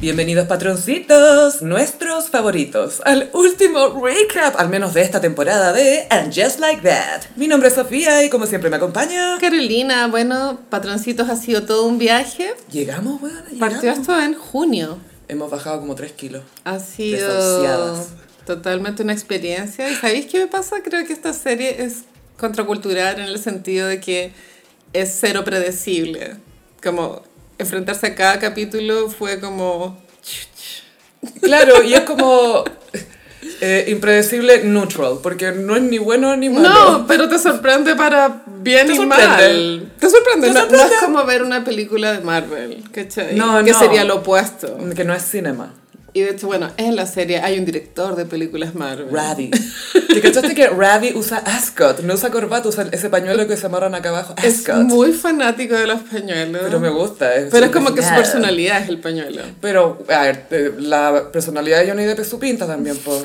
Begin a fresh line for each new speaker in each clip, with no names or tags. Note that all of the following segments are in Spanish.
Bienvenidos patroncitos, nuestros favoritos, al último recap, al menos de esta temporada de And Just Like That. Mi nombre es Sofía y como siempre me acompaña...
Carolina, bueno, patroncitos ha sido todo un viaje.
Llegamos, weón, llegamos.
Partió esto en junio.
Hemos bajado como 3 kilos.
Ha sido
Desahuciadas.
totalmente una experiencia. ¿Y sabéis qué me pasa? Creo que esta serie es contracultural en el sentido de que es cero predecible. Como enfrentarse a cada capítulo fue como...
Claro, y es como... eh, impredecible neutral, porque no es ni bueno ni malo.
No, pero te sorprende para bien
Te
y
sorprende.
mal. Te sorprende.
Te
no,
sorprende.
no es como ver una película de Marvel, ¿cachai?
No,
que
no.
sería lo opuesto.
Que no es cinema.
Y de hecho, bueno, en la serie hay un director de películas Marvel.
Ravi. ¿Te cachaste que Ravi usa ascot? No usa corbata, usa ese pañuelo que se amarran acá abajo.
Es
Ascot.
muy fanático de los pañuelos.
Pero me gusta. Es
Pero es como que su
original.
personalidad es el pañuelo.
Pero, a ver, eh, la personalidad de Johnny Depp es su pinta también, po.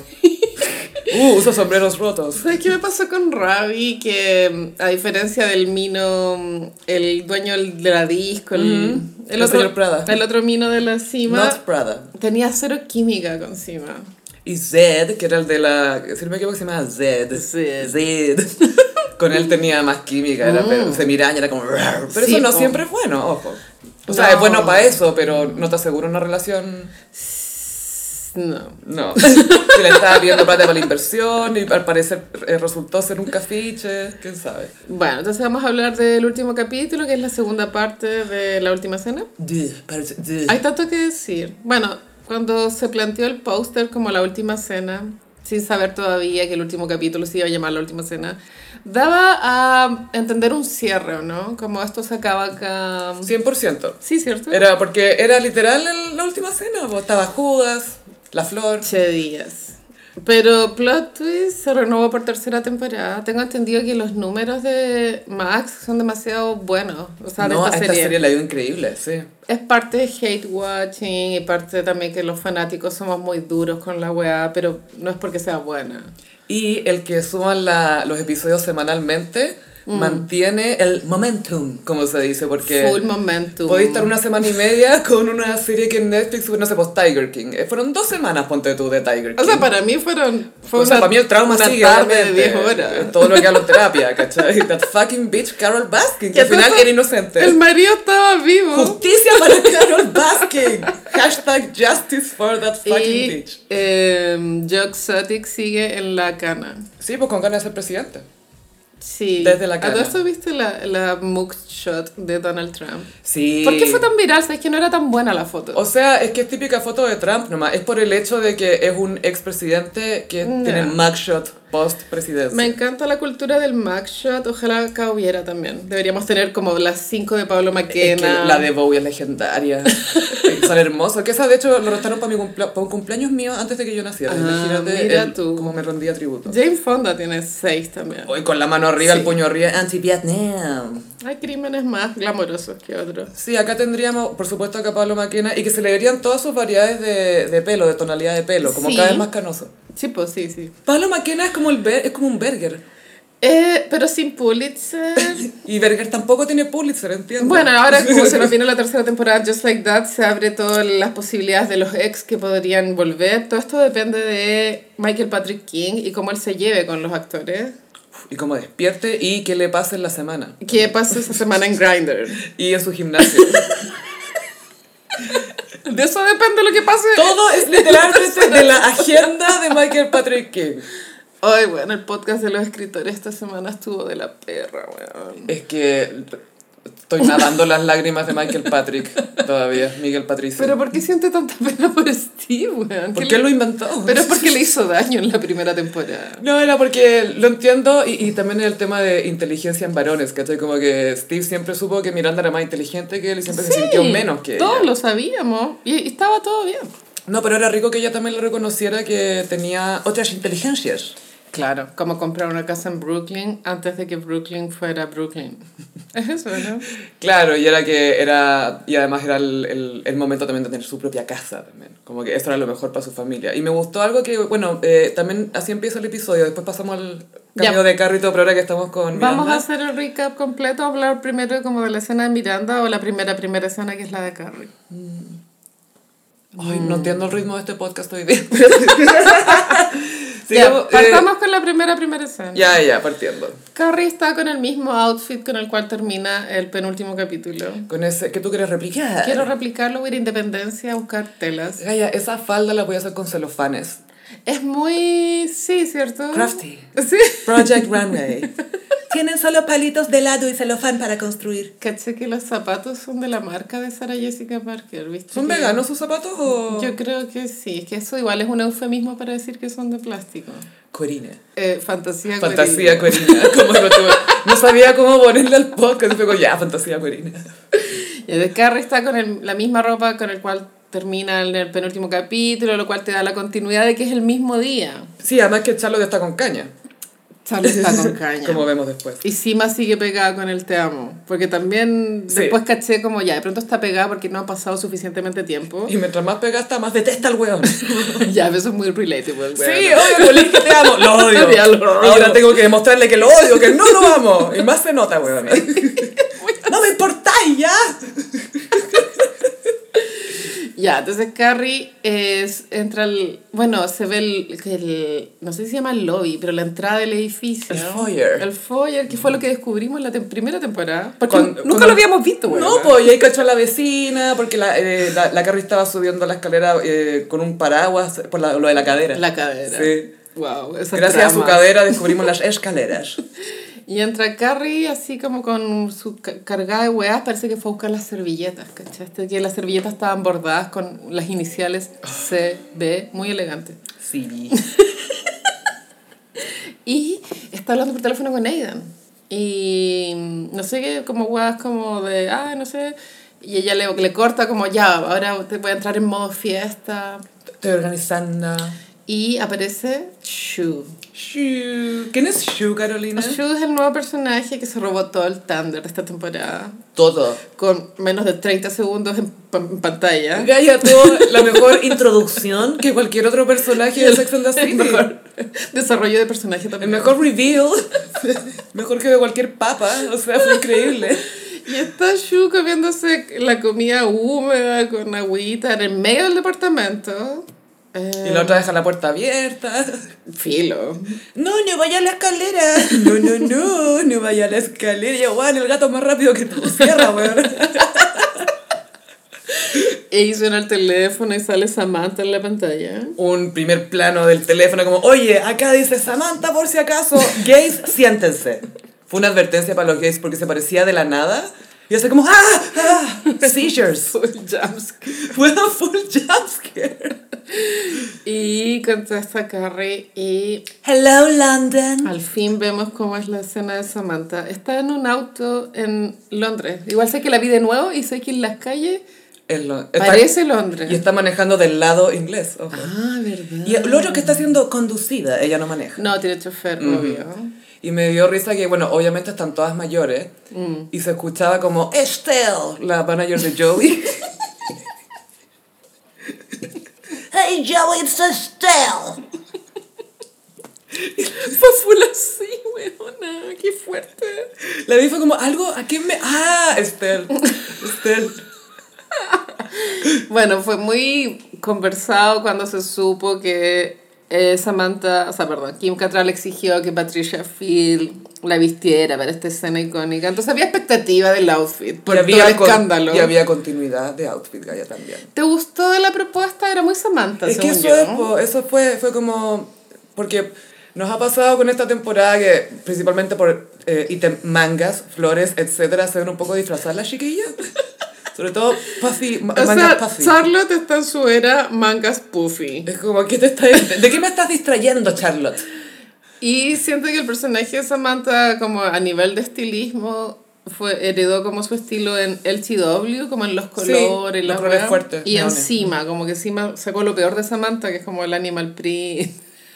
Uh, usa sombreros rotos.
¿Sabes qué me pasó con Ravi? Que mm, a diferencia del Mino, mm, el dueño del- de la disco, el,
el señor Prada.
el otro Mino de la cima,
Not Prada.
tenía cero química con cima.
Y Zed, que era el de la... Si no me equivoco, se llamaba Zed.
Zed.
Zed. Con él tenía más química, era, pero se miraban y era como... "Rar". Pero
Mm. Sí,
eso no
po.
siempre es bueno, ojo. O sea,
No.
es bueno para eso, pero no te asegura una relación...
No.
No. Se le estaba pidiendo plata para la inversión y al parecer eh, resultó ser un cafiche, quién sabe.
Bueno, entonces vamos a hablar del último capítulo, que es la segunda parte de la última cena. Hay tanto que decir. Bueno, cuando se planteó el póster como la última cena, sin saber todavía que el último capítulo se iba a llamar la última cena, daba a entender un cierre, ¿o ¿no? Como esto se acaba acá.
100%.
Sí, ¿cierto?
Era porque era literal el- la última cena, po. estaba Judas, la flor.
Che Díaz. Pero Plot Twist se renovó por tercera temporada. Tengo entendido que los números de Max son demasiado buenos. O sea,
no,
de
a
esta
esta
serie.
serie la dio increíble, sí.
Es parte de hate watching y parte también que los fanáticos somos muy duros con la weá, pero no es porque sea buena.
Y el que suban la- los episodios semanalmente mantiene el momentum, como se dice, porque...
Mm. Full momentum.
Podéis estar una semana y media con una serie que en Netflix, no sé, pues Tiger King. Eh, Fueron dos semanas, ponte tú, de Tiger King.
O sea, para mí fueron. Fue
o sea,
una-
para mí el trauma
una
sigue
tarde de
obviamente.
10 horas.
Todo lo que hablo en terapia, ¿cachai? That fucking bitch Carol Baskin, que
Y
al final
entonces,
era inocente.
El marido estaba vivo.
Justicia para Carol Baskin. Hashtag justice for that fucking
y
bitch.
eh, Jock Sotic sigue en la cana.
Sí, pues con ganas de ser presidente.
Sí.
Desde la
¿A todo
cana.
esto viste la, la mug shot de Donald Trump?
Sí.
¿Por qué fue tan viral? Es que no era tan buena la foto.
O sea, es que es típica foto de Trump nomás. Es por el hecho de que es un expresidente que
Ya.
tiene mugshot post-presidencia.
Me encanta la cultura del mugshot, ojalá acá hubiera también. Deberíamos tener como las cinco de Pablo Maquena.
Es que la de Bowie es legendaria. Sale hermoso. Que esa, de hecho, lo restaron para, mi cumplea- para un cumpleaños mío antes de que yo naciera.
Ah,
Imagínate
mira
el-
tú.
cómo me rendía tributo.
Jane Fonda tiene seis también.
Hoy con la mano arriba,
Sí.
el puño arriba, anti-Vietnam.
Hay crímenes más glamorosos que otros.
Sí, acá tendríamos, por supuesto, acá Pablo Maquena y que se le verían todas sus variedades de, de pelo, de tonalidad de pelo, como
Sí.
cada vez más canoso.
Sí, pues sí, sí.
Pablo Maquena es como, el ber- es como un Berger.
Eh, pero sin Pulitzer.
Y Berger tampoco tiene Pulitzer, ¿entiendes?
bueno, ahora como se nos viene la tercera temporada, Just Like That, se abre todas las posibilidades de los ex que podrían volver. Todo esto depende de Michael Patrick King y cómo él se lleve con los actores.
Y como despierte y que le pase en la semana.
¿Qué pasó esa semana en Grindr?
Y en su gimnasio.
De eso depende lo que pase.
Todo es literalmente de la agenda de Michael Patrick King.
Ay, bueno, el podcast de los escritores esta semana estuvo de la perra, weón.
Es que estoy nadando las lágrimas de Michael Patrick todavía, Miguel Patricio.
Pero ¿por qué siente tanta pena por Steve, weón?
¿Por
¿Qué
qué
le-
lo inventó?
Pero es porque le hizo daño en la primera temporada.
No, era porque lo entiendo y, y también el tema de inteligencia en varones, ¿cachai? Como que Steve siempre supo que Miranda era más inteligente que él y siempre se sintió menos que
Todos
ella.
lo sabíamos y, y estaba todo bien.
No, pero era rico que ella también le reconociera que tenía otras inteligencias.
Claro, como comprar una casa en Brooklyn antes de que Brooklyn fuera Brooklyn. Es eso, ¿no?
Claro, y era que era, y además era el, el- el momento también de tener su propia casa también, como que eso era lo mejor para su familia. Y me gustó algo que, bueno, eh, también así empieza el episodio, después pasamos al
Ya.
cambio de carro y todo, pero ahora que estamos con Miranda,
Vamos a hacer el recap completo, hablar primero como de la escena de Miranda o la primera primera escena que es la de Carrie.
Ay,
Mm.
no entiendo el ritmo de este podcast hoy día.
Ya,
Sigamos, eh,
partamos con la primera, primera escena.
ya, ya, partiendo.
Carrie está con el mismo outfit con el cual termina el penúltimo capítulo.
Con ese que tú quieres replicar.
Quiero replicarlo, voy a ir a Independencia a buscar telas.
Gaya, esa falda la voy a hacer con celofanes.
Es muy... sí, ¿cierto?
Crafty.
Sí.
Project Runway.
Tienen solo palitos de lado y celofán para construir.
Caché que los zapatos son de la marca de Sarah Jessica Parker, ¿viste?
¿Son
Que-
veganos sus zapatos o...?
Yo creo que sí, es que eso igual es un eufemismo para decir que son de plástico.
Corina.
Eh, fantasía
Fantasía Corina. Como lo tuve. No sabía cómo ponerle al podcast. Luego ya, fantasía Corina.
Y de Carrie está con el- la misma ropa con el cual termina el, el penúltimo capítulo, lo cual te da la continuidad de que es el mismo día.
Sí, además que Charlotte está con caña.
Charlie está con caña.
Como vemos después.
Y Sima sigue pegada con el te amo, porque también
Sí.
después caché como ya, de pronto está pegada porque no ha pasado suficientemente tiempo.
Y mientras más pega está, más detesta al weón.
ya, eso es muy relatable.
Sí,
weona.
obvio, Colín, que te amo. Lo odio.
Ya lo odio.
Ahora tengo que demostrarle que lo odio, que no lo amo. Y más se nota, weón.
¡No me importáis ya!
Ya, entonces Carrie es, entra al. Bueno, se ve el, que el- No sé si se llama el lobby, pero la entrada del edificio.
El foyer.
El foyer, que fue lo que descubrimos en la tem- primera temporada. Porque
Cuando-
nunca
cuando-
lo habíamos visto, güey.
No, pues, y ahí cachó a la vecina, porque la, eh, la, la Carrie estaba subiendo la escalera eh, con un paraguas por la- lo de la cadera.
La cadera.
Sí.
Wow, esas
Gracias a su
tramas.
cadera descubrimos las escaleras.
Y entra Carrie así como con su ca- cargada de weas, parece que fue a buscar las servilletas, ¿cachaste? Que las servilletas estaban bordadas con las iniciales CB, muy elegante.
Sí.
Y está hablando por teléfono con Aidan. Y mm, no sé qué, como guas como de, ah, no sé. Y ella le, le corta como, ya, ahora te voy a entrar en modo fiesta.
Estoy organizando.
Y aparece Shu.
Shoo. ¿Quién es Shu, Carolina?
Shu es el nuevo personaje que se robó todo el thunder de esta temporada.
Todo.
Con menos de 30 segundos en, pa- en pantalla.
Gaia tuvo la mejor introducción que cualquier otro personaje de Sex and the City.
El mejor desarrollo de personaje
El
también.
mejor reveal. Mejor que de cualquier papa. O sea, fue increíble.
Y está Shu comiéndose la comida húmeda con agüita en el medio del departamento. Eh,
Y la otra deja la puerta abierta.
Filo.
No, no vaya a la escalera.
No, no, no. No vaya a la escalera. Y yo, weón, el gato es más rápido que tú. Cierra, weón.
Y suena el teléfono y sale Samantha en la pantalla.
Un primer plano del teléfono como, oye, acá dice Samantha por si acaso. Gays, siéntense. Fue una advertencia para los gays porque se parecía de la nada. Y hace como, ¡ah! ¡ah! ¡Seizures!
Full jumpscare.
Bueno, full jumpscare.
Y contesta Carrie y
Hello, London.
al fin vemos cómo es la escena de Samantha. Está en un auto en Londres. Igual sé que la vi de nuevo y sé que en las calles
Es lo- está-
parece Londres.
Y está manejando del lado inglés, ojo.
Ah, verdad.
Y lo otro que está siendo conducida, ella no maneja.
No, tiene chofer, obvio.
Y me dio risa que, bueno, obviamente están todas mayores.
Mm.
Y se escuchaba como
Estelle.
la manager de Joey.
Hey, Joey, it's Estelle.
Fue full así, weona. Qué fuerte.
La vi fue como, algo, ¿a quién me...? ¡Ah! Estelle. Estelle.
Bueno, fue muy conversado cuando se supo que eh, Samantha, o sea, perdón, Kim Cattrall exigió que Patricia Field la vistiera para esta escena icónica. Entonces había expectativa del outfit por
Y
todo el
con-
escándalo.
Y había continuidad de outfit, Gaya, también.
¿Te gustó de la propuesta? Era muy Samantha,
Es que
según
eso,
yo.
es, po, eso fue, fue como... Porque nos ha pasado con esta temporada que principalmente por eh, ítem mangas, flores, etcétera, se ven un poco disfrazadas las chiquillas. Sobre todo puffy, ma-
O
mangas
sea,
puffy.
Charlotte está en su era mangas puffy.
Es como, ¿qué te estás- de, de qué me estás distrayendo, Charlotte?
Y siento que el personaje de Samantha, como a nivel de estilismo, fue, heredó como su estilo en LTW, como en los
Sí,
colores,
los
las
colores
weas.
fuertes,
Y
neones.
encima, como que encima sacó lo peor de Samantha, que es como el animal print,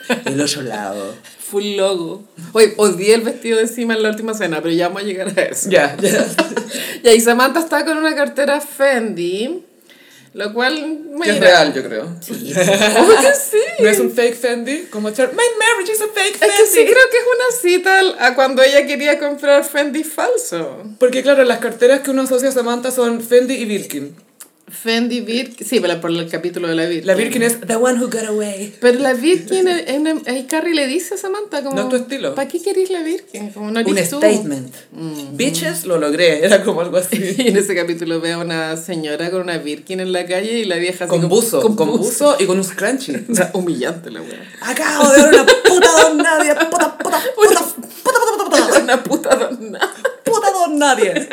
El otro lado.
full logo. Oye, odié el vestido de encima en la última cena, pero ya vamos a llegar a eso.
Ya, ya.
Y ahí Samantha está con una cartera Fendi, lo cual me
Que es real, yo creo.
sí.
No es un fake Fendi, como Char My marriage is a fake
Es que
Fendi.
sí creo que es una cita al- a cuando ella quería comprar Fendi falso.
Porque claro, las carteras que uno asocia a Samantha son Fendi y Birkin.
Fendi Birkin. Sí, pero por el capítulo de la Birkin.
La Birkin es
The one who got away.
Pero la Birkin, en, en- ahí Carrie le dice a Samantha como...
No es tu estilo.
¿Para qué querís la Birkin? Como no
un
eres tú.
statement.
Mm-hmm.
Bitches, lo logré. Era como algo así.
Y en ese capítulo ve a una señora con una Birkin en la calle y la vieja así
con
como-
buzo, con,
buzo.
buzo y con un scrunchie.
O sea, humillante la wea.
Acabo de ver una puta don nadie. Puta, puta, puta, puta, puta, puta, puta,
Una puta donada.
puta don nadie.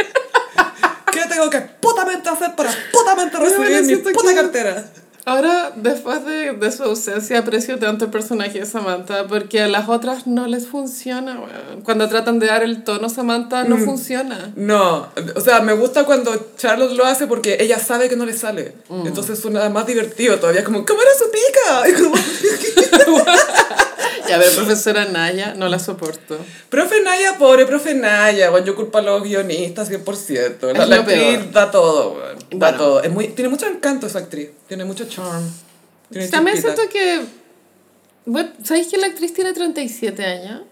¿Qué tengo que putamente hacer para putamente
Oye, bueno,
recibir mi
siento
puta
que-
cartera?
Ahora, después de, de su ausencia, aprecio tanto el personaje de Samantha porque a las otras no les funciona. weón. Cuando tratan de dar el tono Samantha,
Mm.
no funciona.
No, o sea, me gusta cuando Charlotte lo hace porque ella sabe que no le sale.
Mm.
Entonces suena más divertido todavía, como, ¿cómo era su pica? Y como,
Y a ver, profesora Naya, no la soporto.
profe Naya, pobre profe Naya, bueno, yo culpo a los guionistas 100%. La,
Es
la
lo peor.
actriz da todo, weón, da
Bueno.
todo. Es muy, tiene mucho encanto esa actriz, tiene mucho charm. Tiene
También
chispita.
siento que. Bueno, ¿Sabéis que la actriz tiene 37 años?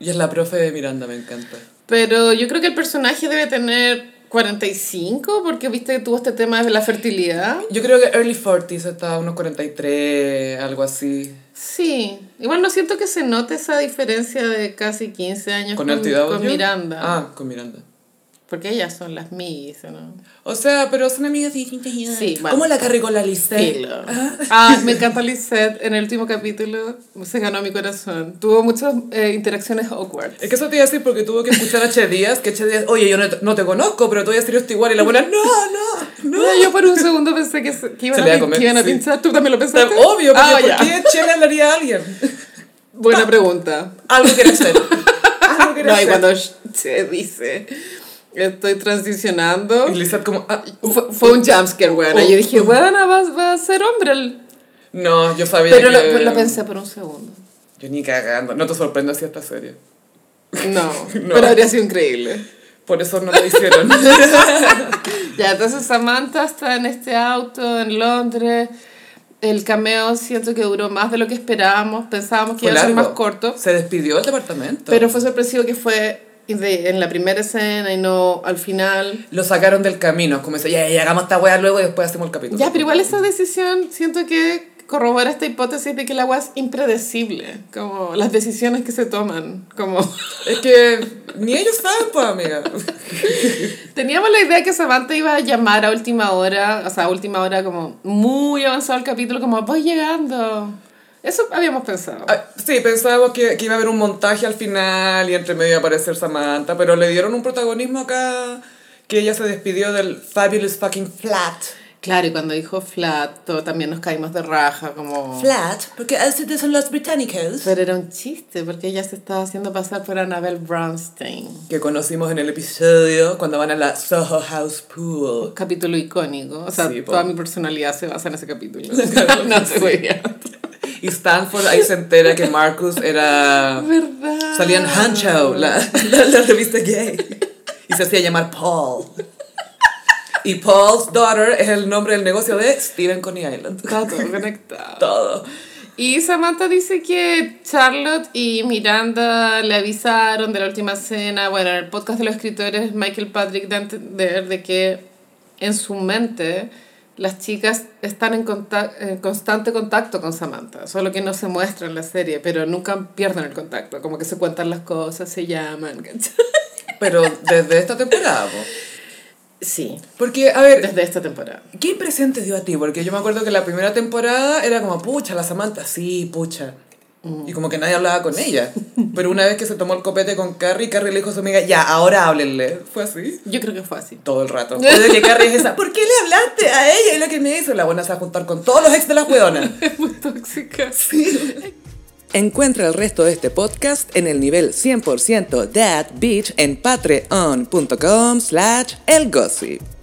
Y es la profe de Miranda, me encanta.
Pero yo creo que el personaje debe tener 45, porque viste que tuvo este tema de la fertilidad.
Yo creo que early 40s, está unos 43, algo así.
Sí, igual no siento que se note esa diferencia de casi 15 años
¿Con, RTW?
con Miranda.
Ah, con Miranda.
Porque ellas son las mis, ¿no?
O sea, pero son amigas distintas.
Sí, bueno.
¿Cómo la carré con la Lisette?
Filo. Ah, me encanta Lisette. En el último capítulo se ganó mi corazón. Tuvo muchas eh, interacciones awkward.
Es que eso te iba a decir porque tuvo que escuchar a Che Díaz, que Che Díaz, oye, yo no, no te conozco, pero tú ya serio igual. Y la buena, no, no, no.
No, yo por un segundo pensé que, se- que iban,
Se
a,
le iba a
pin-
comer,
que iban a
sí.
pinchar. ¿Tú también lo pensaste?
Obvio, porque
Ah,
¿por
ya.
qué Che le hablaría a alguien?
Buena pregunta.
Algo que hacer. Algo que
No, y
hacer.
cuando se dice, estoy transicionando,
Y Lizeth como, ah,
fue, fue un jumpscare, weón. Y yo dije, weón, va, va a ser hombre. el-".
no, yo sabía
Pero
que...
lo, lo pensé por un segundo.
Yo ni cagando, no te sorprendo si esta serie.
No,
No.
pero habría sido increíble.
Por eso no lo hicieron.
Ya, entonces Samantha está en este auto en Londres. El cameo siento que duró más de lo que esperábamos. Pensábamos que
Fue
iba a ser
largo.
más corto.
Se despidió del departamento.
Pero fue sorpresivo que fue de- en la primera escena y no al final.
Lo sacaron del camino, como dice, ya, ya, hagamos esta wea luego y después hacemos el capítulo.
Ya, pero igual esa decisión siento que corrobora esta hipótesis de que el agua es impredecible, como las decisiones que se toman, como
Es que ni ellos saben, pues, amiga.
teníamos la idea que Samantha iba a llamar a última hora, o sea, a última hora como muy avanzado el capítulo, como voy llegando. Eso habíamos pensado.
Ah, Sí, pensábamos que, que iba a haber un montaje al final y entre medio iba a aparecer Samantha, pero le dieron un protagonismo acá que ella se despidió del fabulous fucking flat.
Claro, y cuando dijo flat, todo- también nos caímos de raja, como...
Flat, porque ustedes son los británicos.
Pero era un chiste, porque ella se estaba haciendo pasar por Annabelle Brownstein.
Que conocimos en el episodio cuando van a la Soho House Pool.
capítulo icónico. O sea,
Sí, po.
toda mi personalidad se basa en ese capítulo. no estoy hueveando.
Y Stanford ahí se entera que Marcus era...
¿Verdad?
Salía en Hanchow, la, la, la revista gay. Y se hacía llamar Paul. Y Paul's daughter es el nombre del negocio de Steven Coney Island.
Está todo conectado.
Todo.
Y Samantha dice que Charlotte y Miranda le avisaron de la última cena. Bueno, en el podcast de los escritores, Michael Patrick da a entender de que en su mente las chicas están en, conta- en constante contacto con Samantha, solo que no se muestra en la serie, pero nunca pierden el contacto, como que se cuentan las cosas, se llaman, ¿cachai?
Pero desde esta temporada, po.
Sí,
Porque, a ver,
desde esta temporada.
¿qué impresión te dio a ti? Porque yo me acuerdo que la primera temporada era como, pucha, la Samantha, sí, pucha. Y como que nadie hablaba con ella. Pero una vez que se tomó el copete con Carrie, Carrie le dijo a su amiga, ya, ahora háblenle. Fue así.
Yo creo que fue así.
Todo el rato. Desde que Carrie es esa, ¿por qué le hablaste a ella? Y lo que me hizo, la buena se va a juntar con todos los ex de las hueonas.
Es muy tóxica.
Encuentra el resto de este podcast en el nivel 100% That Beach en patreon.com slash elgossip.